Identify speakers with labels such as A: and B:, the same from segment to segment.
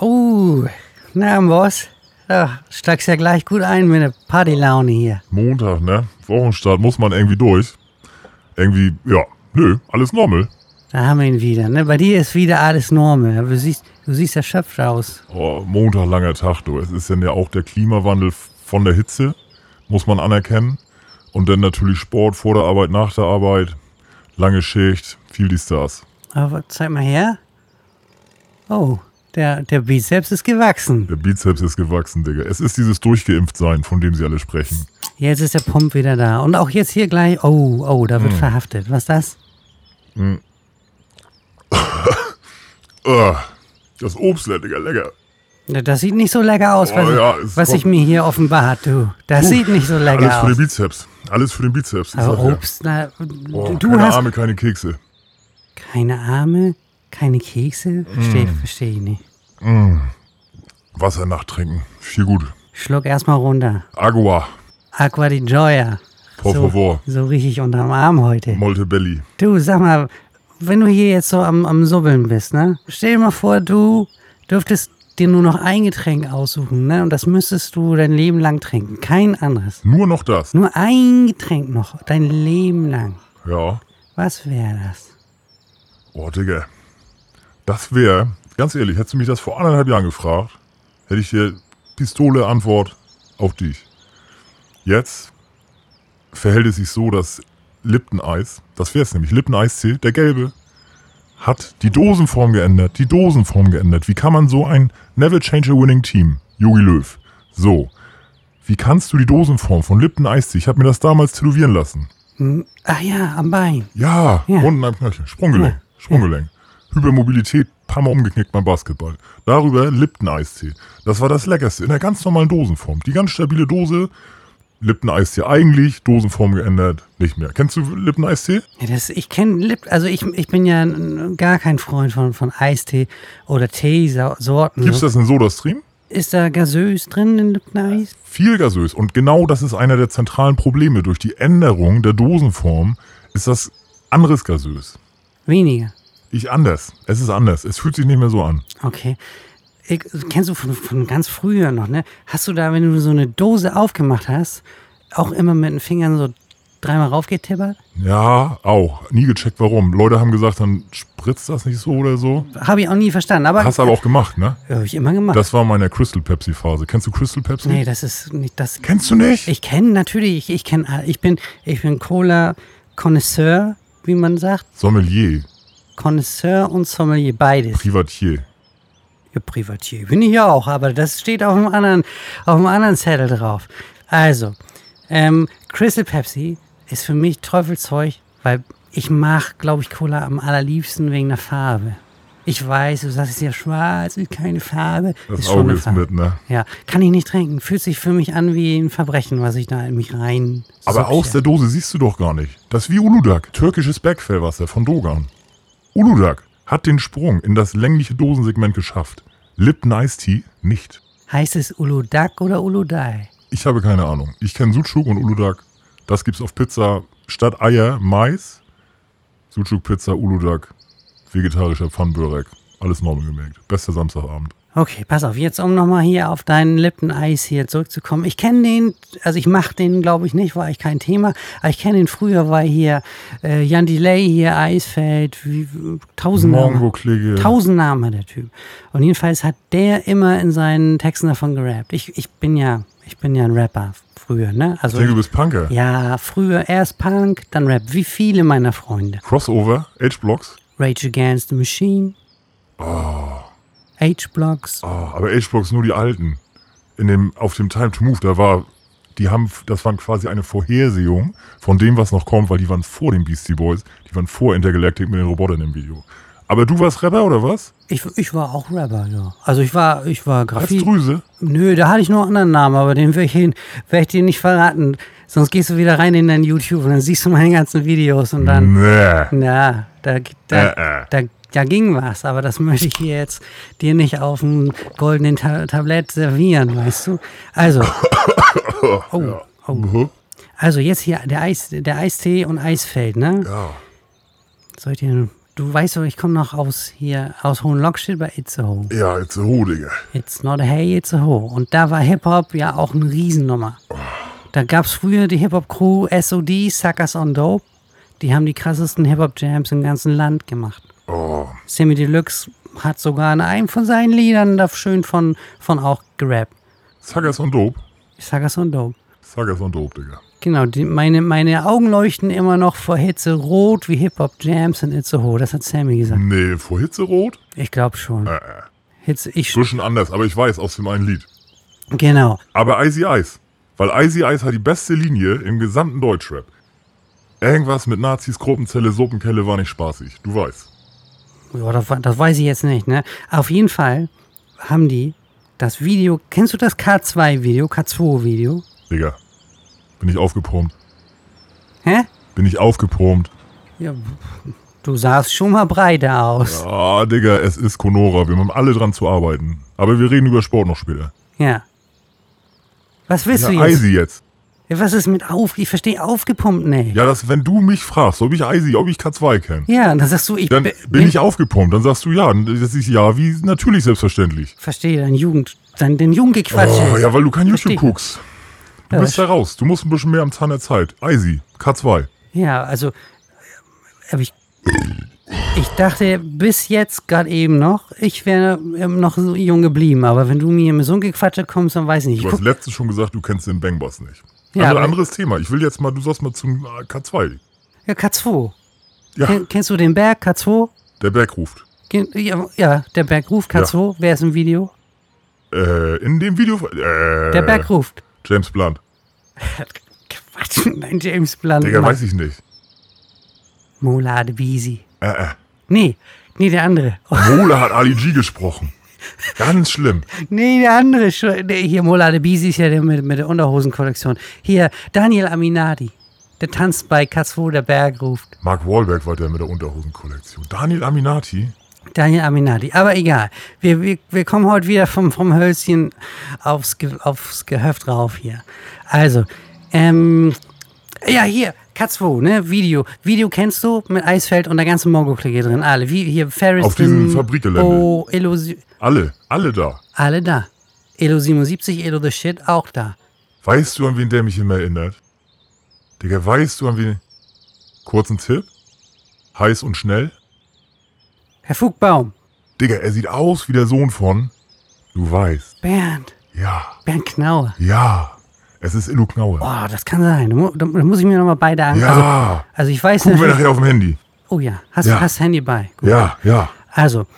A: Oh, na, was? Da steigst ja gleich gut ein mit der Partylaune hier.
B: Montag, ne? Wochenstart muss man irgendwie durch. Irgendwie, ja, nö, alles normal.
A: Da haben wir ihn wieder. Ne? Bei dir ist wieder alles normal. Aber du siehst, du siehst erschöpft aus.
B: Oh, Montag, langer Tag, du. Es ist dann ja ne, auch der Klimawandel von der Hitze, muss man anerkennen. Und dann natürlich Sport vor der Arbeit, nach der Arbeit. Lange Schicht, viel die Stars.
A: Aber zeig mal her. Oh, der, der Bizeps ist gewachsen.
B: Der Bizeps ist gewachsen, Digga. Es ist dieses Durchgeimpftsein, von dem sie alle sprechen.
A: Jetzt ist der Pump wieder da. Und auch jetzt hier gleich. Oh, oh, da
B: Hm.
A: wird verhaftet. Was das?
B: Ugh, das Obst, Digga, lecker.
A: Ja, Das sieht nicht so lecker aus,
B: Oh
A: was,
B: ja,
A: ich,
B: es
A: was
B: kommt-
A: ich mir hier offenbart, du. Das sieht nicht so
B: Alles
A: lecker
B: für den
A: aus.
B: Bizeps. Alles für den Bizeps. Ich
A: Aber
B: sag ja.
A: Obst, na, du-
B: Oh,
A: du
B: keine
A: hast
B: Arme, keine Kekse.
A: keine Arme, keine
B: Hm.
A: Kekse. Verstehe versteh ich nicht.
B: Wasser nachtrinken. Viel gut.
A: Schluck erstmal runter.
B: Agua,
A: Aqua di Gioia.
B: Por
A: So,
B: favor.
A: so richtig unterm Arm heute.
B: Moltebelli.
A: Du, sag mal, wenn du hier jetzt so am, am Subbeln bist, ne? Stell dir mal vor, du dürftest dir nur noch ein Getränk aussuchen, ne? Und das müsstest du dein Leben lang trinken. Kein anderes.
B: Nur noch das.
A: Nur ein Getränk noch, dein Leben lang.
B: Ja.
A: Was wäre das?
B: Oh, Digga. Das wäre, ganz ehrlich, hättest du mich das vor anderthalb Jahren gefragt, hätte ich dir Pistole Antwort auf dich. Jetzt verhält es sich so, dass Lipton-Eis, das wäre es nämlich, Lipton-Eistee, der gelbe, hat die Dosenform geändert, die Dosenform geändert. Wie kann man so ein Never Change a Winning Team, Jogi Löw, so, wie kannst du die Dosenform von Lipton-Eistee, ich habe mir das damals tätowieren lassen,
A: Hm, Ach ja, am Bein.
B: ja,
A: Ja.
B: Runden am Knöchel. Sprunggelenk.
A: Ja.
B: Sprunggelenk. Hypermobilität, paar Mal umgeknickt beim Basketball. Darüber Lipton-Eistee. Das war das Leckerste in der ganz normalen Dosenform. Die ganz stabile Dose. Lipton-Eistee eigentlich, Dosenform geändert, nicht mehr. Kennst du Lipton-Eistee?
A: Ja, das, ich kenne Lipp, also ich, ich bin ja n- gar kein Freund von, von Eistee oder Teesorten. ne?
B: Gibt's das in SodaStream?
A: Ist da Gasös drin in Lipton-Eis?
B: Viel gasös. Und genau das ist einer der zentralen Probleme. Durch die Änderung der Dosenform ist das anderes gasös.
A: Weniger.
B: Ich anders. Es ist anders. Es fühlt sich nicht mehr so an.
A: Okay. Ich, kennst du von, von ganz früher noch, ne? Hast du da, wenn du so eine Dose aufgemacht hast, auch immer mit den Fingern so dreimal raufgetippert?
B: Ja, auch. Nie gecheckt, warum. Leute haben gesagt, dann spritzt das nicht so oder so.
A: Habe ich auch nie verstanden, aber
B: Hast aber auch gemacht, ne?
A: habe ich immer gemacht.
B: Das war meine Crystal Pepsi Phase. Kennst du Crystal Pepsi?
A: nee, das ist nicht das.
B: Kennst du nicht?
A: Ich kenne natürlich, ich, ich kenne, ich bin, ich bin cola connoisseur wie man sagt.
B: Sommelier,
A: Connoisseur und Sommelier, beides.
B: Privatier.
A: Ja, Privatier bin ich ja auch, aber das steht auf einem anderen, auf einem anderen Zettel drauf. Also, ähm, Crystal Pepsi ist für mich Teufelzeug, weil ich mag, glaube ich, Cola am allerliebsten wegen der Farbe. Ich weiß, du sagst es ja schwarz, ist keine Farbe.
B: Das
A: ist
B: Auge
A: eine
B: ist mit, ne?
A: Ja, kann ich nicht trinken. Fühlt sich für mich an wie ein Verbrechen, was ich da in mich rein.
B: Aber aus der Dose siehst du doch gar nicht. Das ist wie Uludag, türkisches Bergfellwasser von Dogan. Uludag hat den Sprung in das längliche Dosensegment geschafft. Lipton Ice Tea nicht.
A: Heißt es Uludag oder Uludai?
B: Ich habe keine Ahnung. Ich kenne Sucuk und Uludag. Das gibt's auf Pizza statt Eier Mais. Sucuk Pizza Uludag. Vegetarischer Pfannbörek. Alles normal gemerkt. Bester Samstagabend.
A: Okay, pass auf, jetzt um nochmal hier auf deinen Lipton-Eis hier zurückzukommen. Ich kenne den, also ich mache den, glaube ich, nicht, war ich kein Thema. Aber ich kenne den früher, weil hier äh, Jan Delay hier, Eisfeld, wie, tausend
B: Morgen, wo
A: Namen.
B: Kläge.
A: Tausend Namen hat der Typ. Und jedenfalls hat der immer in seinen Texten davon gerappt. Ich, ich bin ja, ich bin ja ein Rapper früher, ne?
B: Ich
A: Also
B: denke, du bist Punker.
A: ja, früher erst Punk, dann Rap, wie viele meiner Freunde.
B: Crossover, H-Blocks.
A: Rage Against the Machine. H-Blocks.
B: Oh, aber H-Blocks nur die alten. In dem, auf dem Time to Move, da war, die haben, das waren quasi eine Vorhersehung von dem, was noch kommt, weil die waren vor den Beastie Boys, die waren vor Intergalactic mit den Robotern im Video. Aber du warst Rapper oder was?
A: Ich, ich war auch Rapper, ja. Also ich war, ich war
B: Als
A: Graffiti.
B: Drüse?
A: Nö, da hatte ich noch einen anderen Namen, aber den will ich, hin- will ich dir nicht verraten. Sonst gehst du wieder rein in dein YouTube und dann siehst du meine ganzen Videos und dann,
B: Nee.
A: ja, da, da,
B: Äh, äh.
A: da, da ging was. Aber das möchte ich hier jetzt dir nicht auf dem goldenen Ta Tablett servieren, weißt du? Also, oh, oh.
B: Mhm.
A: also jetzt hier der, Eis, der Eistee und Eisfeld, ne?
B: Ja.
A: Soll ich dir Du weißt doch, ich komme noch aus hier, aus Hohenlockstedt bei Itzehoe.
B: Ja, jetzt ho, Digga.
A: It's not a hey, it's a ho. Und da war Hip-Hop ja auch eine Riesennummer. Da gab es früher die Hip-Hop-Crew SOD, Suckers on Dope. Die haben die krassesten Hip-Hop-Jams im ganzen Land gemacht.
B: Oh,
A: Sammy Deluxe hat sogar in einem von seinen Liedern da schön von, von auch gerappt.
B: Suckers und Dope.
A: Suckers on Dope.
B: Suckers und Dope, Digga.
A: Genau, die, meine, meine Augen leuchten immer noch vor Hitze rot wie Hip-Hop-Jams in Itzehoe. Das hat Sammy gesagt.
B: Nee, vor Hitze rot?
A: Ich glaube schon.
B: Äh, äh.
A: Hitze, ich,
B: Bisschen anders, aber ich weiß aus dem einen Lied.
A: genau.
B: Aber Icy Ice. Weil Icy Ice hat die beste Linie im gesamten Deutschrap. Irgendwas mit Nazis, Gruppenzelle, Suppenkelle war nicht spaßig. Du weißt.
A: Ja, das, we- das weiß ich jetzt nicht, ne? Auf jeden Fall haben die das Video, kennst du das K2-Video, K2-Video?
B: Digga. Bin ich aufgepumpt.
A: Hä?
B: Bin ich aufgepumpt.
A: Ja, du sahst schon mal breiter aus.
B: Ah, Digga, es ist Conora. Wir haben alle dran zu arbeiten. Aber wir reden über Sport noch später.
A: Ja. Was willst
B: Ja,
A: du jetzt?
B: Icy jetzt.
A: Ja, Was ist mit auf? Ich verstehe aufgepumpt nicht.
B: Ja, das, wenn du mich fragst, ob ich Icy, ob ich K2 kenne,
A: Ja, und dann sagst du, ich
B: dann
A: be-
B: bin ich aufgepumpt. Dann sagst du ja. Das ist ja wie natürlich selbstverständlich.
A: verstehe dein Jugend, dein, den Jugendgequatsch.
B: Oh, ja, weil du kein
A: Versteh.
B: YouTube guckst. Du
A: Ja,
B: bist da
A: das-
B: raus. Du musst ein bisschen mehr am Zahn der Zeit. Icy, K2.
A: ja, also, äh, aber ich, ich dachte bis jetzt gerade eben noch, ich wäre ähm, noch so jung geblieben. Aber wenn du mir mit so einem Gequatsche kommst, dann weiß ich nicht.
B: Du
A: Ich
B: hast
A: guck,
B: letztens schon gesagt, du kennst den Bang Boss nicht.
A: Ja,
B: Andere,
A: aber-
B: anderes Thema. Ich will jetzt mal, du sagst mal zum äh, K2.
A: ja, K2.
B: Ja,
A: Ken, kennst du den Berg, K2?
B: der Berg ruft.
A: Gen- Ja, ja, der Berg ruft,
B: Ja.
A: K2. Wer ist im Video?
B: Äh, in dem Video. Äh,
A: Der Berg ruft.
B: James Blunt.
A: Quatsch, nein, James Blunt.
B: Digga,
A: Mann.
B: weiß ich nicht.
A: Molade Bisi.
B: Äh, äh.
A: Nee, nee, der andere. Oh,
B: Mole hat Ali G gesprochen. Ganz schlimm.
A: nee, der andere. Schu- Nee, hier, Molade Bisi ist ja der mit, mit der Unterhosenkollektion. Hier, Daniel Aminadi. Der tanzt bei K2, der Berg ruft.
B: Mark Wahlberg war der mit der Unterhosenkollektion. Daniel Aminati.
A: Daniel Aminadi. Aber egal. Wir, wir, wir kommen heute wieder vom, vom Hölzchen aufs, Ge, aufs Gehöft rauf hier. Also, ähm, ja, hier, K2, ne, Video. Video kennst du mit Eisfeld und der ganzen Mongo-Clique drin. Alle, wie hier Ferris.
B: Auf diesem
A: Tim,
B: Fabrikgelände.
A: Oh, Elo, sie-
B: Alle, alle da.
A: alle da. Elo 77, Elo the Shit auch da.
B: Weißt du, an wen der mich immer erinnert? Digga, weißt du, an wen. Kurzen Tipp. Heiß und schnell.
A: Herr Fugbaum,
B: Digga, er sieht aus wie der Sohn von. Du weißt.
A: Bernd,
B: Ja,
A: Bernd Knauer.
B: ja. Es ist Illu Knaue.
A: Oh, das kann sein. Da, mu da da muss ich mir nochmal beide an. Also,
B: ja.
A: also ich weiß
B: Gucken wir
A: natürlich.
B: nachher auf dem Handy.
A: Oh ja, hast
B: Ja.
A: hast Handy bei. Gut.
B: Ja, ja.
A: Also,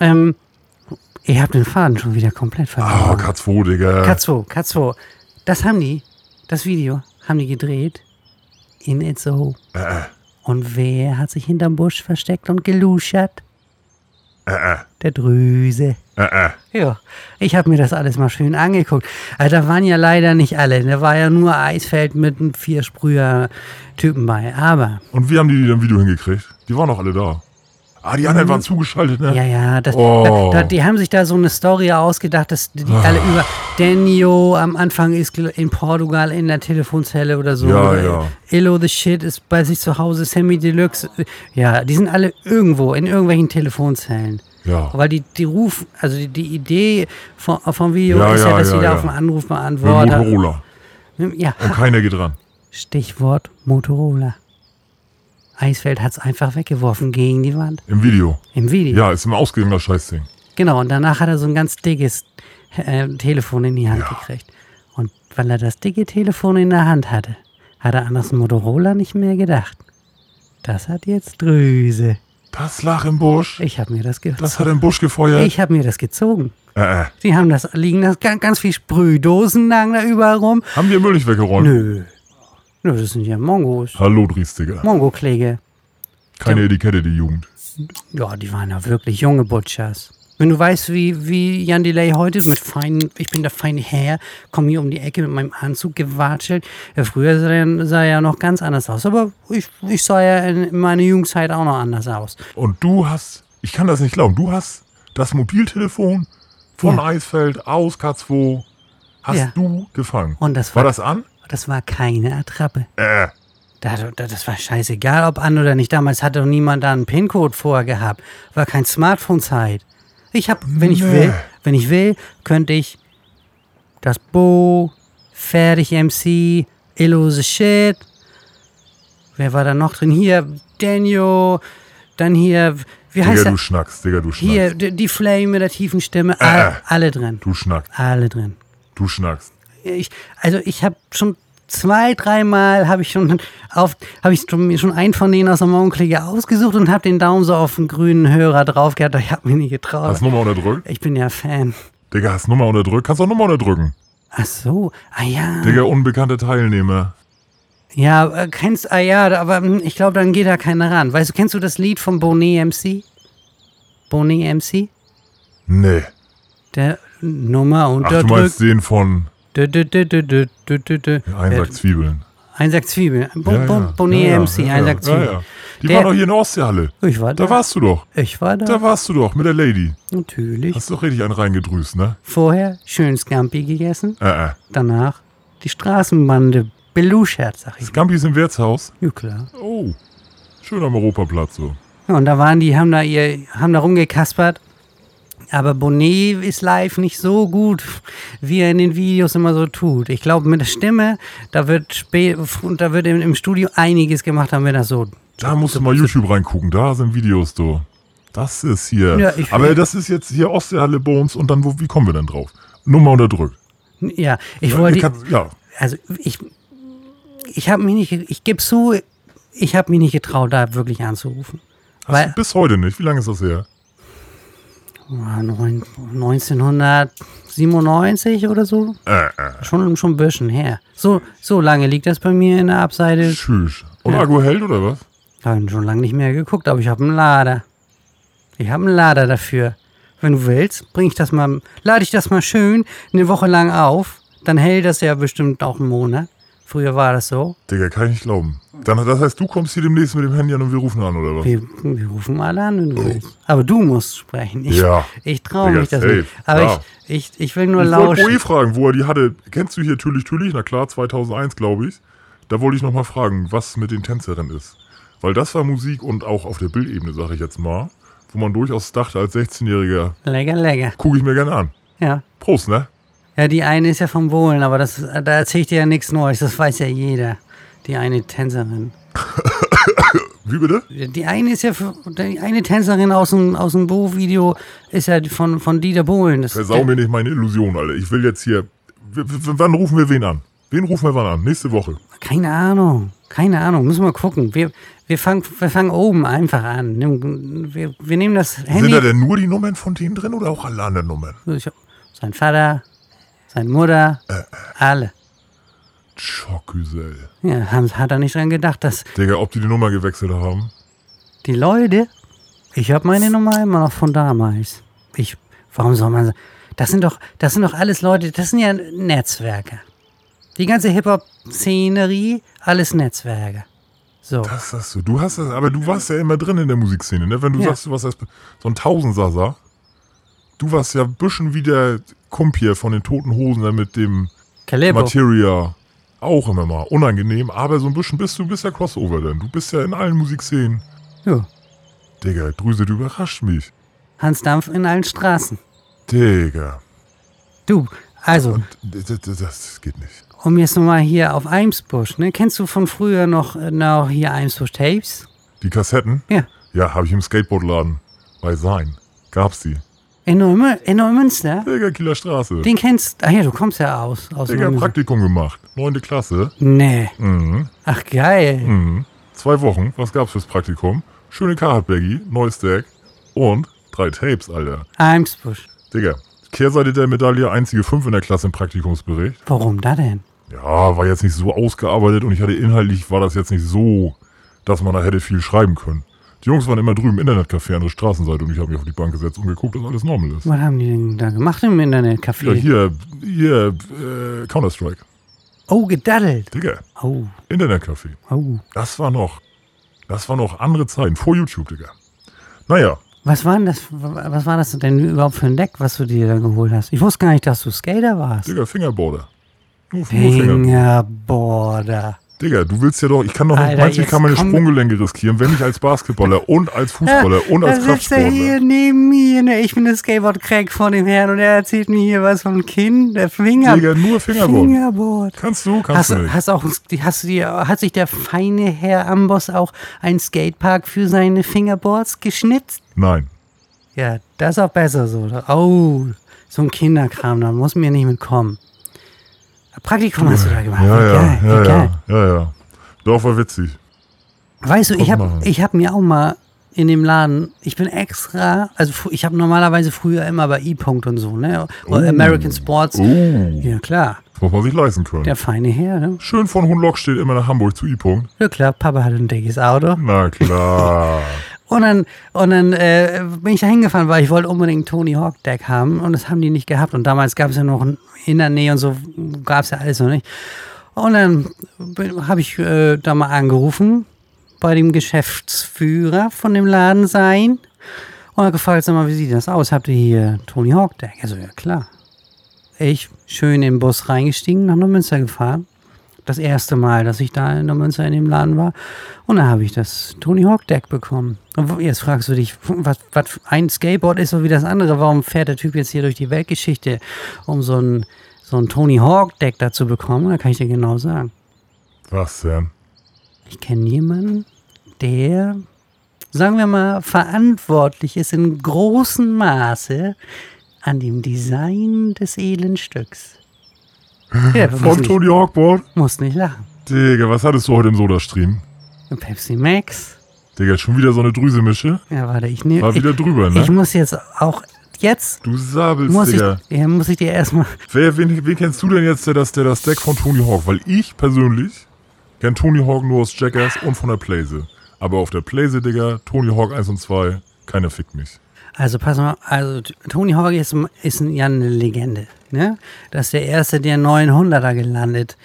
A: ähm, ich habe den Faden schon wieder komplett
B: Oh,
A: verloren.
B: K2, Digga.
A: Katzo, Katzo, das haben die, das Video haben die gedreht in Itzehoe.
B: Äh, äh,
A: Und wer hat sich hinterm Busch versteckt und geluschert?
B: äh, äh,
A: Der Drüse.
B: äh, äh.
A: Ja, ich habe mir das alles mal schön angeguckt. Also, da waren ja leider nicht alle. Da war ja nur Eisfeld mit einem vier Sprüher-Typen bei. Aber,
B: Und wie haben die die dann Video hingekriegt? Die waren doch alle da. Ah, die anderen waren zugeschaltet, ne?
A: Mhm. ja, ja, das,
B: Oh. Ah.
A: da, da, die haben sich da so eine Story ausgedacht, dass die alle über Daniel am Anfang ist gl- in Portugal in der Telefonzelle oder so.
B: Ja,
A: oder
B: ja.
A: Illo the Shit ist bei sich zu Hause, Sammy Deluxe. Ja, die sind alle irgendwo in irgendwelchen Telefonzellen.
B: Ja.
A: Weil die, die Ruf, also die, die Idee vom, vom Video
B: Ja,
A: ist ja,
B: ja,
A: dass
B: ja,
A: jeder
B: ja.
A: auf einen Anruf
B: Mit dem
A: beantwortet.
B: Motorola.
A: Ja,
B: Und keiner geht ran.
A: Stichwort Motorola. Eisfeld hat's einfach weggeworfen gegen die Wand.
B: Im Video.
A: Im Video.
B: Ja, ist immer ausgegangen, das Scheißding.
A: Genau, und danach hat er so ein ganz dickes äh, Telefon in die Hand gekriegt. Und weil er das dicke Telefon in der Hand hatte, hat er an das Motorola nicht mehr gedacht. Das hat jetzt Drüse.
B: Das lag im Busch.
A: Ich habe mir das ge
B: Das hat im Busch gefeuert.
A: ich habe mir das gezogen.
B: Äh, äh.
A: Die haben das liegen das ganz, ganz viel Sprühdosen lagen da überall rum.
B: Haben die im Müll nicht weggeräumt?
A: Nö. Nö, das sind ja Mongos.
B: Hallo, Dries, Digga.
A: Mongo-Kläge.
B: Keine Etikette, die Jugend.
A: Ja, die waren ja wirklich junge Butchers. Wenn du weißt, wie, wie Jan Delay heute mit feinen, ich bin der feine Herr, komm hier um die Ecke mit meinem Anzug gewatschelt. Ja, früher sah er, sah er ja noch ganz anders aus, aber ich, ich sah ja in meiner Jugendzeit auch noch anders aus.
B: Und du hast, ich kann das nicht glauben, du hast das Mobiltelefon von
A: Ja.
B: Eisfeld aus K2 hast
A: Ja.
B: du gefangen.
A: Und das
B: war
A: war-
B: das an?
A: Das war keine Attrappe.
B: Äh,
A: Da, hat- da- das war scheißegal, ob an oder nicht. Damals hat doch niemand da einen PIN-Code vorher gehabt. War kein Smartphone-Zeit. Ich hab, wenn ich
B: Nee.
A: will, wenn ich will, könnte ich das Bo, Fertig MC, Illose Shit. Wer war da noch drin? Hier, Daniel, dann hier, wie heißt
B: Digga,
A: er?
B: du schnackst, Digga, du schnackst.
A: Hier, die die Flame mit der tiefen Stimme, all,
B: Äh.
A: alle drin.
B: Du schnackst,
A: Alle drin.
B: du schnackst.
A: Ich, also ich habe schon zwei, dreimal habe ich schon auf, habe ich schon, mir schon einen von denen aus der Morgenklicke ausgesucht und habe den Daumen so auf den grünen Hörer drauf gehabt, aber ich habe mich nicht getraut.
B: Hast Nummer unterdrückt?
A: Ich bin ja Fan.
B: Digga, hast Nummer unterdrückt? Kannst auch Nummer unterdrücken.
A: Ach so, ah ja.
B: Digga, unbekannte Teilnehmer.
A: Ja, äh, kennst, ah ja, da- aber hm, ich glaube, dann geht da keiner ran. Weißt du, kennst du das Lied von Bonet MC? Bonet MC?
B: Nee.
A: Der Nummer
B: Ach, du meinst
A: unterdrückt.
B: den von
A: Dö, dö, dö, dö, dö, dö, dö, dö.
B: Einsack Zwiebeln.
A: Ein Sack Zwiebeln. Bo-
B: Ja, ja.
A: Bo- Bonet
B: Ja, ja,
A: MC,
B: ja,
A: ein
B: ja,
A: Sack Zwiebeln.
B: ja, ja. Die
A: Der-
B: war doch hier in der Ostseehalle.
A: Ich war da.
B: Da warst du doch.
A: Ich war da.
B: Da warst du doch mit der Lady.
A: Natürlich.
B: Hast du doch richtig einen reingedrüst, ne?
A: Vorher schön Scampi gegessen,
B: Äh, äh.
A: danach die Straßenbande Beluschert, sag ich.
B: Scampi ist im Wirtshaus.
A: Ja, klar.
B: Oh. Schön am Europaplatz so.
A: Ja, und da waren die, haben da ihr, haben da rumgekaspert. Aber Bonet ist live nicht so gut, wie er in den Videos immer so tut. Ich glaube, mit der Stimme, da wird spät, da wird im, im Studio einiges gemacht, damit das so.
B: Da musst du mal YouTube reingucken. Da sind Videos, du. Das ist hier.
A: Ja, ich-
B: Aber das ist jetzt hier Ostseehalle Bones und dann, wo, wie kommen wir denn drauf? Nummer unterdrückt.
A: Ja, ich
B: Ihr
A: wollte.
B: kannst- ja.
A: also ich, ich habe mich nicht, ich gebe zu, ich habe mich nicht getraut, da wirklich anzurufen.
B: Hast du bis heute nicht. Wie lange ist das her?
A: Ah, neun- 1997 oder so.
B: Äh, äh.
A: Schon, schon ein bisschen her. So, so lange liegt das bei mir in der Abseite.
B: Tschüss. Und Argo Held oder was?
A: Haben schon lange nicht mehr geguckt, aber ich habe einen Lader. Ich habe einen Lader dafür. Wenn du willst, bring ich das mal, lade ich das mal schön eine Woche lang auf. Dann hält das ja bestimmt auch einen Monat. Früher war das so.
B: Digga, kann ich nicht glauben. Dann, das heißt, du kommst hier demnächst mit dem Handy an und wir rufen an, oder was?
A: Wir, wir rufen mal an, wenn du willst. Aber du musst sprechen. Ich,
B: Ja.
A: ich traue
B: Digga,
A: mich das
B: safe.
A: nicht. Aber
B: Ja.
A: ich, ich, ich will nur
B: Ich wollte Boe
A: lauschen.
B: fragen, wo er die hatte. Kennst du hier Tüllich Tüllich? Na klar, 2001, glaube ich. Da wollte ich nochmal fragen, was mit den Tänzerinnen ist. Weil das war Musik und auch auf der Bildebene, sage ich jetzt mal, wo man durchaus dachte, als 16-Jähriger,
A: Lecker, lecker.
B: gucke ich mir gerne an.
A: Ja.
B: Prost, ne?
A: Ja, die eine ist ja vom Bohlen, aber das, da erzähle ich dir ja nichts Neues, das weiß ja jeder. Die eine Tänzerin.
B: Wie bitte?
A: Die eine ist ja, f- die eine Tänzerin aus dem, aus dem Bo-Video ist ja von, von Dieter Bohlen. Das,
B: Versau mir nicht meine Illusion, Alter. Ich will jetzt hier. W w- wann rufen wir wen an? Wen rufen wir wann an? Nächste Woche.
A: Keine Ahnung, keine Ahnung, müssen wir gucken. Wir, wir, fangen, wir fangen oben einfach an. Nimm- Wir, wir nehmen das Handy.
B: Sind da denn nur die Nummern von denen drin oder auch alle anderen Nummern?
A: Ich hab- Sein Vater, seine Mutter,
B: Äh.
A: alle.
B: Schockgüsel.
A: Ja, haben, hat er nicht dran gedacht, dass
B: Digga, ob die die Nummer gewechselt haben?
A: die Leute. Ich habe meine Nummer immer noch von damals. Ich, warum soll man. Das sind doch, das sind doch alles Leute, das sind ja Netzwerke. Die ganze Hip-Hop-Szenerie, alles Netzwerke. So.
B: Das hast du. Du hast das, aber du warst ja immer drin in der Musikszene, ne? Wenn du
A: Ja.
B: sagst, du warst erst so ein Tausendsasser. Du warst ja ein bisschen wie der Kump hier von den Toten Hosen da mit dem
A: Calebo.
B: Materia. Auch immer mal. Unangenehm, aber so ein bisschen bist du bist ja Crossover denn. Du bist ja in allen Musikszenen.
A: Ja.
B: Digga, Drüse, du überrascht mich.
A: Hans Dampf in allen Straßen.
B: Digga.
A: Du, also.
B: Und das, das, das geht nicht.
A: Um jetzt nochmal hier auf Eimsbusch, ne? Kennst du von früher noch, äh, noch hier Eimsbusch Tapes?
B: Die Kassetten?
A: Ja.
B: Ja, habe ich im Skateboardladen. Bei Sein. Gab's die.
A: In, Neumü in Neumünster?
B: Digga, Kieler Straße.
A: Den kennst Ah ja, du kommst ja aus. aus
B: Digga,
A: Neumünster.
B: Praktikum gemacht. Neunte Klasse.
A: Nee.
B: Mhm.
A: Ach, geil.
B: Mhm. Zwei Wochen, was gab's fürs Praktikum? Schöne Carhartt-Baggy, neues Deck und drei Tapes, Alter.
A: Eimsbusch.
B: Digga, Kehrseite der Medaille, einzige fünf in der Klasse im Praktikumsbericht.
A: Warum da denn?
B: Ja, war jetzt nicht so ausgearbeitet und ich hatte inhaltlich, war das jetzt nicht so, dass man da hätte viel schreiben können. Die Jungs waren immer drüben im Internetcafé an der Straßenseite und ich habe mich auf die Bank gesetzt und geguckt, dass alles normal ist.
A: Was haben die denn da gemacht im
B: Ja,
A: Internetcafé?
B: hier, hier, äh, Counter-Strike.
A: oh, gedaddelt.
B: Digga,
A: Oh,
B: Internetcafé.
A: oh.
B: Das war noch, das war noch andere Zeiten, vor YouTube, Digga. Naja,
A: Was war denn das, was war das denn überhaupt für ein Deck, was du dir da geholt hast? Ich wusste gar nicht, dass du Skater warst.
B: Digga, Fingerboarder. Nur, nur Fingerboarder.
A: Fingerboarder.
B: Digga, du willst ja doch, ich kann doch nicht,
A: Alter,
B: meinst du, ich
A: jetzt
B: kann meine
A: komm-
B: Sprunggelenke riskieren, wenn ich als Basketballer und als Fußballer und als
A: da sitzt er
B: Kraftsportler.
A: hier neben mir. Ne? Ich bin der Skateboard-Crack von dem Herrn und er erzählt mir hier was vom Kind. Der Finger,
B: Digga, nur Fingerboard.
A: Fingerboard.
B: Kannst du, kannst
A: Hast,
B: du nicht.
A: hast, auch, hast du dir, hat sich der feine Herr Amboss auch einen Skatepark für seine Fingerboards geschnitzt?
B: Nein.
A: Ja, das ist auch besser so. Oh, so ein Kinderkram, da muss mir nicht mitkommen. Praktikum hast du da gemacht.
B: Ja,
A: wie
B: ja,
A: geil, wie
B: ja,
A: geil.
B: ja, ja, ja. Doch, war witzig.
A: Weißt du, ich
B: Guck mal.
A: habe ich hab mir auch mal in dem Laden, ich bin extra, also fr- ich habe normalerweise früher immer bei E-Punkt und so, ne? Oder American Sports.
B: Oh,
A: Ja, klar,
B: das muss man sich leisten können.
A: der feine Herr, ne?
B: Schön von Hunlock steht immer nach Hamburg zu I-Punkt.
A: Ja, klar, Papa hat ein dickes Auto.
B: Na klar.
A: Und dann, und dann äh, bin ich da hingefahren, weil ich wollte unbedingt Tony Hawk Deck haben und das haben die nicht gehabt. Und damals gab es ja noch in der Nähe und so, gab es ja alles noch nicht. Und dann habe ich äh, da mal angerufen bei dem Geschäftsführer von dem Laden sein und hab gefragt, sag mal, wie sieht das aus? Habt ihr hier Tony Hawk Deck? Also ja klar. Ich schön in den Bus reingestiegen, nach Neumünster gefahren. Das erste Mal, dass ich da in Neumünster in dem Laden war. Und da habe ich das Tony Hawk Deck bekommen. Und wo- jetzt fragst du dich, was, was ein Skateboard ist so wie das andere. Warum fährt der Typ jetzt hier durch die Weltgeschichte, um so ein, so ein Tony Hawk Deck da zu bekommen? Da kann ich dir genau sagen.
B: Was denn?
A: Ich kenne jemanden, der, sagen wir mal, verantwortlich ist in großem Maße an dem Design des edlen Stücks. Ja, muss,
B: Von
A: nicht,
B: Tony Hawkboard?
A: muss nicht lachen.
B: Digga, was hattest du heute im Soda-Stream?
A: Ein Pepsi Max.
B: Digga, schon wieder so eine Drüsemische?
A: Ja, warte, ich nehme.
B: War wieder drüber,
A: Ich
B: ne?
A: muss jetzt auch. Jetzt
B: Du sabelst,
A: muss ich,
B: Digga.
A: ja, muss ich dir erstmal.
B: Wer, wen, wen kennst du denn jetzt, der das, der das Deck von Tony Hawk? Weil ich persönlich kenn Tony Hawk nur aus Jackass und von der Playse. Aber auf der Playse, Digga, Tony Hawk 1 und 2, keiner fickt mich.
A: Also, pass mal. Also, T- Tony Hawk ist, ist ein- ja eine Legende. Ne? Das ist der erste, der 900er gelandet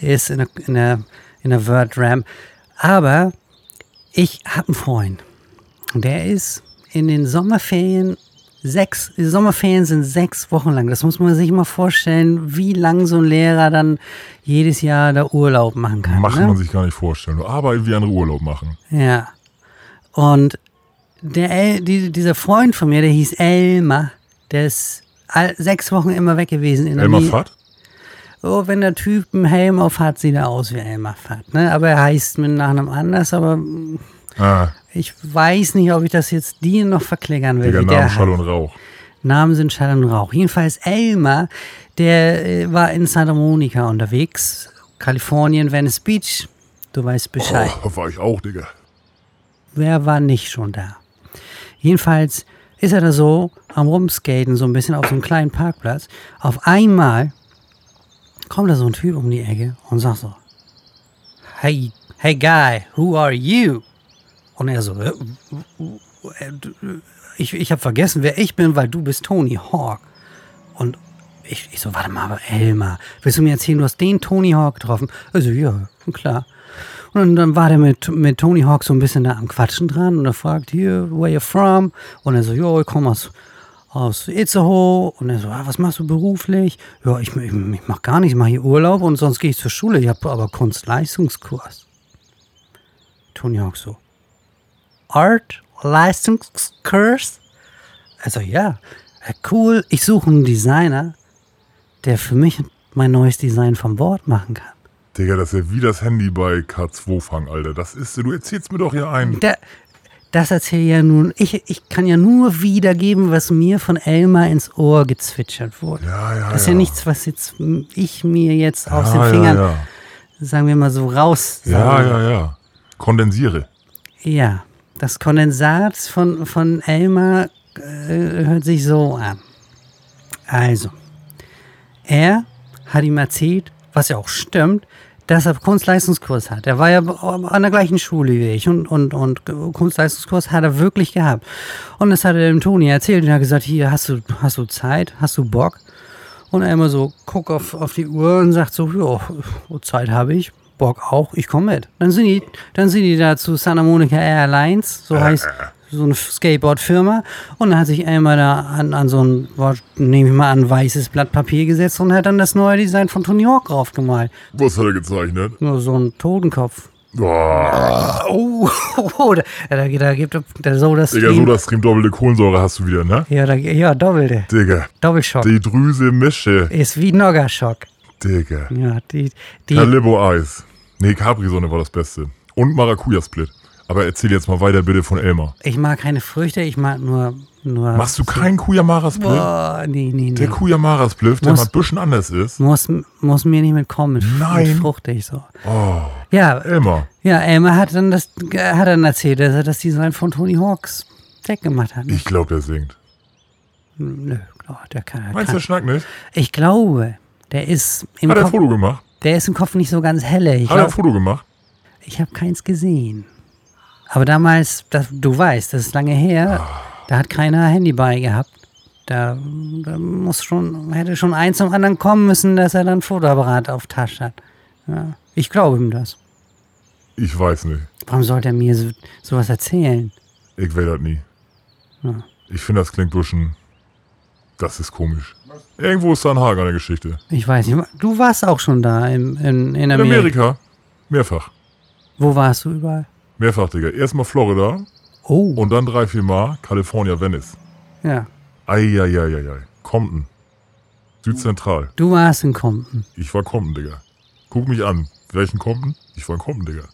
A: ist in der, in der, in der World Ram. Aber ich habe einen Freund. Und der ist in den Sommerferien sechs, die Sommerferien sind sechs Wochen lang. Das muss man sich mal vorstellen, wie lang so ein Lehrer dann jedes Jahr da Urlaub machen kann.
B: Macht
A: ne?
B: man sich gar nicht vorstellen. Aber wie andere Urlaub machen.
A: Ja. Und der El, die, dieser Freund von mir, der hieß Elmar, der ist all, sechs Wochen immer weg gewesen. In der
B: Elmar
A: Nie-
B: Fatt?
A: Oh, wenn der Typ einen Helm auf hat, sieht er aus wie Elmar Fatt. Ne? Aber er heißt mit Nachnamen anders, aber mm,
B: Ah,
A: ich weiß nicht, ob ich das jetzt dir noch verklickern will.
B: Digga,
A: wie der halt.
B: Name,
A: heißt.
B: Schall und Rauch.
A: Namen sind Schall und Rauch. Jedenfalls Elmer, der äh, war in Santa Monica unterwegs, Kalifornien, Venice Beach. Du weißt Bescheid.
B: Oh, war ich auch, Digga.
A: Wer war nicht schon da? Jedenfalls ist er da so am Rumskaten, so ein bisschen auf so einem kleinen Parkplatz. Auf einmal kommt da so ein Typ um die Ecke und sagt so, Hey, hey guy, who are you? Und er so, "Äh, äh, ich, ich habe vergessen, wer ich bin, weil du bist Tony Hawk. Und ich, ich so, warte mal, aber Elmar, willst du mir erzählen, du hast den Tony Hawk getroffen? Also ja, klar. Und dann, dann war der mit, mit Tony Hawk so ein bisschen da am Quatschen dran und er fragt, hier, where you from? Und er so, jo, ich komme aus, aus Itzehoe. Und er so, ah, was machst du beruflich? Ja, ich, ich, ich mach gar nichts, ich mach hier Urlaub und sonst gehe ich zur Schule. Ich habe aber Kunstleistungskurs. Tony Hawk so, Art Leistungskurs? Also ja, äh, cool. Ich suche einen Designer, der für mich mein neues Design vom Board machen kann.
B: Digga, das ist ja wie das Handy bei K2 Fang, Alter. Das ist, du erzählst mir doch hier ein.
A: Da, das erzähle ja nun, ich, ich kann ja nur wiedergeben, was mir von Elmar ins Ohr gezwitschert wurde.
B: Ja, ja,
A: das ist ja,
B: ja.
A: nichts, was jetzt ich mir jetzt aus
B: ja,
A: den Fingern,
B: Ja, ja.
A: sagen wir mal so, raus.
B: ja, ja, ja. Kondensiere.
A: Ja, das Kondensat von, von Elmar äh, hört sich so an. Also, er hat ihm erzählt, was ja auch stimmt, dass er Kunstleistungskurs hat. Er war ja an der gleichen Schule wie ich und, und, und Kunstleistungskurs hat er wirklich gehabt. Und das hat er dem Toni erzählt und er hat gesagt, hier, hast du, hast du Zeit, hast du Bock? Und er immer so, guck auf, auf die Uhr und sagt so, ja, Zeit habe ich,
B: Ah,
A: Bock auch, ich komme mit. Dann sind die, dann sind die da zu Santa Monica Airlines, so heißt, so eine Skateboard-Firma und dann hat sich einmal da an, an so ein, was, nehme ich mal an, weißes Blatt Papier gesetzt und hat dann das neue Design von Tony Hawk draufgemalt.
B: Was hat er gezeichnet?
A: Nur so ein Totenkopf.
B: Boah,
A: Oh, da, da, da gibt der Soda
B: Digga,
A: Stream.
B: Soda-Stream, doppelte Kohlensäure hast du wieder, ne?
A: Ja, da, ja, doppelte.
B: Digga,
A: Doppelschock.
B: die Drüse mische.
A: Ist wie Noggerschock.
B: Digga.
A: Ja, die, die,
B: Calibo-Eis. Nee, Capri-Sonne war das Beste. Und Maracuja-Split. Aber erzähl jetzt mal weiter bitte von Elmar.
A: ich mag keine Früchte, ich mag nur, nur.
B: Machst du keinen Kuyamara-Split?
A: Boah, nee, nee,
B: Der
A: nee.
B: Kuyamara-Split, der
A: Muss-
B: mal ein bisschen anders ist.
A: Muss, muss mir nicht mitkommen, mit,
B: Nein.
A: mit fruchtig so.
B: Oh,
A: Ja,
B: Elmar.
A: ja, Elmer hat dann das, hat dann erzählt, dass er das Design von Tony Hawks weggemacht hat.
B: Ich glaube, der singt.
A: Nö, klar, der kann, der
B: Meinst du,
A: kann.
B: der schnackt nicht?
A: Ich glaube, der ist im
B: Hat er ein
A: Kopf,
B: Foto gemacht?
A: der ist im Kopf nicht so ganz helle. Ich,
B: Hat er ein
A: glaub,
B: Foto gemacht?
A: ich habe keins gesehen. Aber damals, das, du weißt, das ist lange her, da hat keiner Handy bei gehabt. Da, da muss schon, hätte schon eins zum anderen kommen müssen, dass er dann Fotoapparat auf Tasche hat. Ja, ich glaube ihm das.
B: Ich weiß nicht.
A: Warum sollte er mir so, sowas erzählen?
B: Ich will das nie.
A: Ja.
B: Ich finde, das klingt duschen. Das ist komisch. Irgendwo ist da ein Haken an der Geschichte.
A: Ich weiß nicht. Du warst auch schon da im, in, in
B: In
A: Amerika.
B: Amerika. Mehrfach.
A: Wo warst du überall?
B: Mehrfach, Digga. Erstmal Florida
A: Oh,
B: und dann drei, vier Mal California, Venice.
A: ja.
B: Eieieiei. Compton. Südzentral.
A: Du warst in Compton.
B: Ich war Compton, Digga. Guck mich an. Welchen Compton? Ich war in Compton, Digga.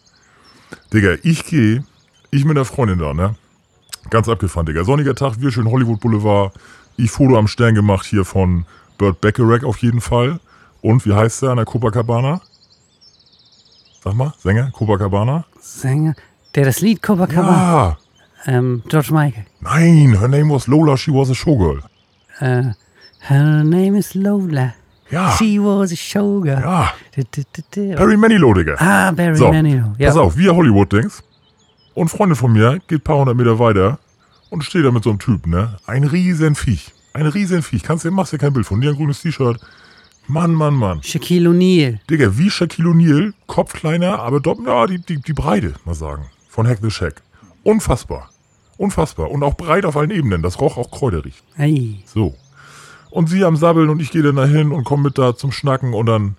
B: Digga, ich gehe, ich mit der Freundin da, ne? Ganz abgefahren, Digga. Sonniger Tag, wir schön Hollywood Boulevard. Ich Foto am Stern gemacht hier von Burt Bacharach auf jeden Fall. Und wie heißt der an der Copacabana? Sag mal, Sänger, Copacabana?
A: Sänger, der das Lied Copacabana.
B: Ja!
A: Ähm, George Michael.
B: Nein, her name was Lola, she was a showgirl.
A: Äh, her name is Lola.
B: Ja,
A: She was a showgirl.
B: ja.
A: Du, du, du, du.
B: Barry Manilow, Digga.
A: Ah, Barry
B: So,
A: Manilow. Ja.
B: Pass auf, wir Hollywood-Dings. Und Freundin von mir geht ein paar hundert Meter weiter und steht da mit so einem Typ, ne? Ein riesen Viech. Ein riesen Viech. Kannst du machst dir kein Bild von dir, ein grünes T-Shirt. Mann, Mann, Mann.
A: Shaquille O'Neal.
B: Digga, wie Shaquille O'Neal, Kopf kleiner, aber doppelt, ja, die, die, die Breite, mal sagen. Von Hack the Shack. Unfassbar. Unfassbar. Und auch breit auf allen Ebenen. Das roch auch kräuterig.
A: Ey.
B: So. Und sie am Sabbeln und ich gehe dann dahin und komme mit da zum Schnacken und dann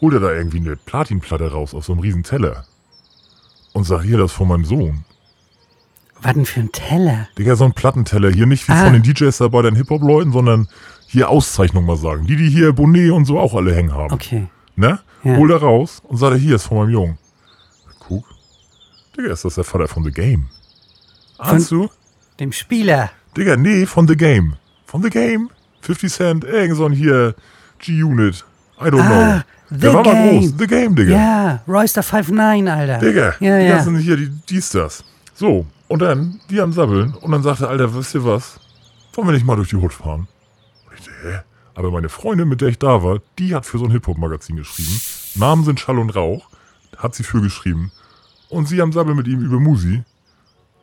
B: holt er da irgendwie eine Platinplatte raus aus so einem riesen Teller. Und sag hier das von meinem Sohn.
A: Was denn für ein Teller?
B: Digga, so ein Plattenteller. Hier nicht wie
A: Ah.
B: von den DJs da bei den Hip-Hop-Leuten, sondern hier Auszeichnung mal sagen. Die, die hier Bonnet und so auch alle hängen haben.
A: Okay.
B: Ne?
A: Ja.
B: Holt er raus und sagt er, hier ist von meinem Jungen. Guck. Digga, ist das der Vater von The Game? Ahnst du?
A: Dem Spieler.
B: Digga, nee, von The Game. Von The Game? 50 Cent, irgend so ein hier G-Unit. I don't
A: Ah,
B: know.
A: The
B: Der war mal
A: Game.
B: groß. The Game, Digga.
A: Ja, Royster 5'9, Alter.
B: Digga,
A: Ja,
B: die
A: ja.
B: ganzen hier, die, dies, das. So, und dann, die am Sabbeln. Und dann sagte, Alter, wisst ihr was? Wollen wir nicht mal durch die Hut fahren? Und ich dachte, hä? Aber meine Freundin, mit der ich da war, die hat für so ein Hip-Hop-Magazin geschrieben. Namen sind Schall und Rauch. Hat sie für geschrieben. Und sie am Sabbeln mit ihm über Musi.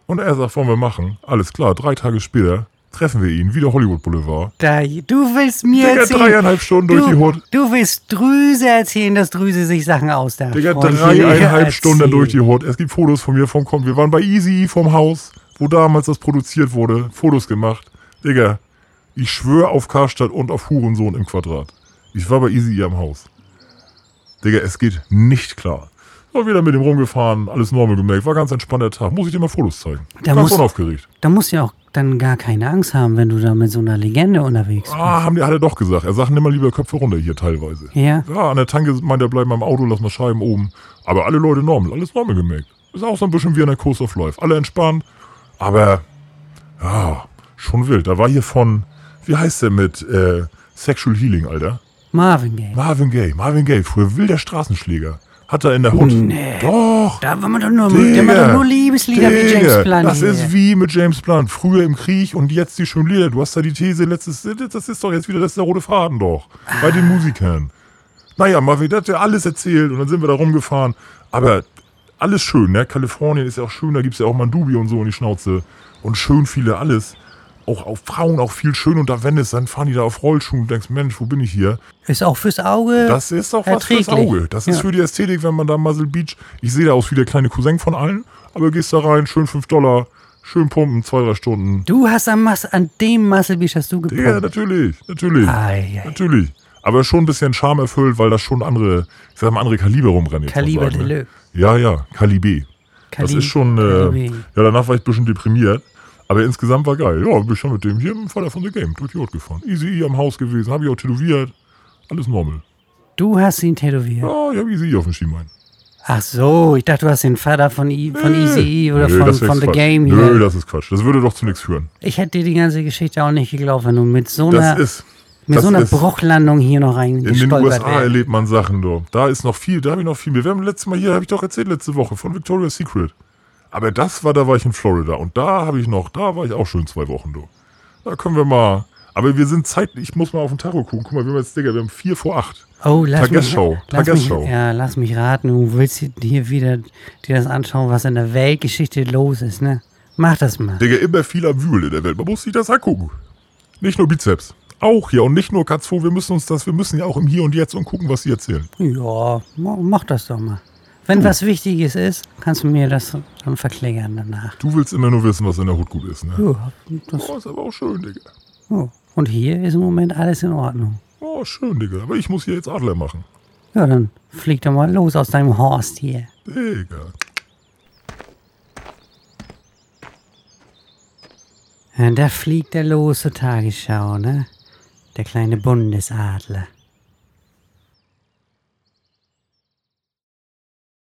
B: Und er sagt, wollen wir machen. Alles klar, drei Tage später treffen wir ihn, wieder Hollywood Boulevard.
A: Da, du willst mir
B: Digga,
A: erzählen.
B: dreieinhalb Stunden durch
A: du,
B: die Hut.
A: Du willst Drüse erzählen, dass Drüse sich Sachen ausdacht.
B: Digga,
A: Freund,
B: dreieinhalb
A: erzähl.
B: Stunden durch die Hut. Es gibt Fotos von mir vom Kommt. Wir waren bei Easy vom Haus, wo damals das produziert wurde. Fotos gemacht. Digga, ich schwöre auf Karstadt und auf Hurensohn im Quadrat. Ich war bei Easy am Haus. Digga, es geht nicht klar. So, wieder mit dem rumgefahren, alles normal gemerkt. War ganz entspannter Tag. Muss ich dir mal Fotos zeigen.
A: Da
B: ganz
A: muss-
B: unaufgeregt.
A: Da musst du ja auch dann gar keine Angst haben, wenn du da mit so einer Legende unterwegs bist.
B: Ah, haben die, hat er doch gesagt. Er sagt, nimm mal lieber Köpfe runter hier teilweise.
A: Ja,
B: Ja, an der Tanke meint er, bleib mal im Auto, lass mal Scheiben oben. Aber alle Leute normal, alles normal gemerkt. Ist auch so ein bisschen wie an der Coast of Life. Alle entspannt, aber ja, schon wild. Da war hier von, wie heißt der mit äh, Sexual Healing, Alter?
A: Marvin Gaye.
B: Marvin Gaye, Marvin Gaye, früher wilder Straßenschläger. Hat er in der Hut.
A: Nee.
B: Doch.
A: Da war man doch nur,
B: Digga,
A: da war doch nur Liebeslieder wie
B: Digga,
A: James Blunt.
B: Das
A: hier.
B: ist wie mit James Blunt. Früher im Krieg und jetzt die schönen Lieder. Du hast da die These letztes, das ist doch jetzt wieder, das ist der rote Faden doch. Bei den Musikern. Naja, Marvin, der hat ja alles erzählt und dann sind wir da rumgefahren. Aber alles schön, ne? Kalifornien ist ja auch schön, da gibt's ja auch Mandubi und so in die Schnauze. Und schön viele, alles. Auch, auch Frauen, auch viel schön unter Venice, dann fahren die da auf Rollschuhen und denkst, Mensch, wo bin ich hier?
A: ist auch fürs Auge.
B: Das ist auch was fürs
A: Äh, erträglich.
B: Auge. Das ist
A: Ja.
B: für die Ästhetik, wenn man da Muzzle Beach. Ich sehe da aus wie der kleine Cousin von allen, aber gehst da rein, schön 5 Dollar, Schön pumpen, zwei, drei Stunden.
A: Du hast am Mas an dem Musclebeach hast du gepumpt.
B: Ja, natürlich, natürlich.
A: Ei, ei.
B: Natürlich. Aber schon ein bisschen Charme erfüllt, weil da schon andere, ich sag mal, andere Kaliber rumrennen. jetzt
A: Kaliber
B: sozusagen, ne?
A: Deluxe.
B: Ja, ja, Kaliber. Das
A: Kali-
B: ist schon, äh,
A: Kaliber.
B: ja, danach war ich ein bisschen deprimiert. Aber insgesamt war geil. Ja, bin schon mit dem hier im Vater von The Game, durch die Jod gefahren. Easy E am Haus gewesen, habe ich auch tätowiert. Alles normal.
A: Du hast ihn tätowiert.
B: Ja, ich habe Easy E auf dem Schienbein.
A: Ach so, ich dachte, du hast den Vater von, I von Easy E oder
B: Nö,
A: von,
B: das ist
A: von The
B: Quatsch.
A: Game hier.
B: Nö, das ist Quatsch. Das würde doch zu nichts führen.
A: ich hätte dir die ganze Geschichte auch nicht geglaubt, wenn du mit so
B: Das
A: einer,
B: ist.
A: mit
B: das
A: so einer
B: ist-
A: Bruchlandung hier noch
B: In den
A: reingestolpert
B: USA
A: wärst.
B: erlebt man Sachen, du. Da ist noch viel, da habe ich noch viel mehr. Wir haben letztes Mal hier, habe ich doch erzählt, letzte Woche von Victoria's Secret. Aber das war, da war ich in Florida und da habe ich noch, da war ich auch schon zwei Wochen, du. Da können wir mal. Aber wir sind Zeit, ich muss mal auf den Tacho gucken. Guck mal, wir haben jetzt, Digga, wir haben vier vor acht.
A: Oh, lass
B: Tagesschau,
A: mich, lass mich,
B: Tagesschau.
A: ja, lass mich raten, du willst hier wieder dir das anschauen, was in der Weltgeschichte los ist, ne? Mach das mal.
B: Digga, immer viel am Wühl in der Welt. Man muss sich das angucken. Nicht nur Bizeps. Auch hier und nicht nur Katz2. Wir müssen uns das, wir müssen ja auch im Hier und Jetzt und gucken, was sie erzählen.
A: Ja, ma- mach das doch mal. Wenn was Wichtiges ist, kannst du mir das dann verklingern danach.
B: Du willst immer nur wissen, was in der Hut gut ist, ne?
A: Ja, das,
B: Oh, ist aber auch schön, Digga.
A: ja. Und hier ist im Moment alles in Ordnung.
B: Oh, schön, Digga. Aber ich muss hier jetzt Adler machen.
A: Ja, dann flieg doch mal los aus deinem Horst hier.
B: Digga.
A: Ja, da fliegt er los zur Tagesschau, ne? Der kleine Bundesadler.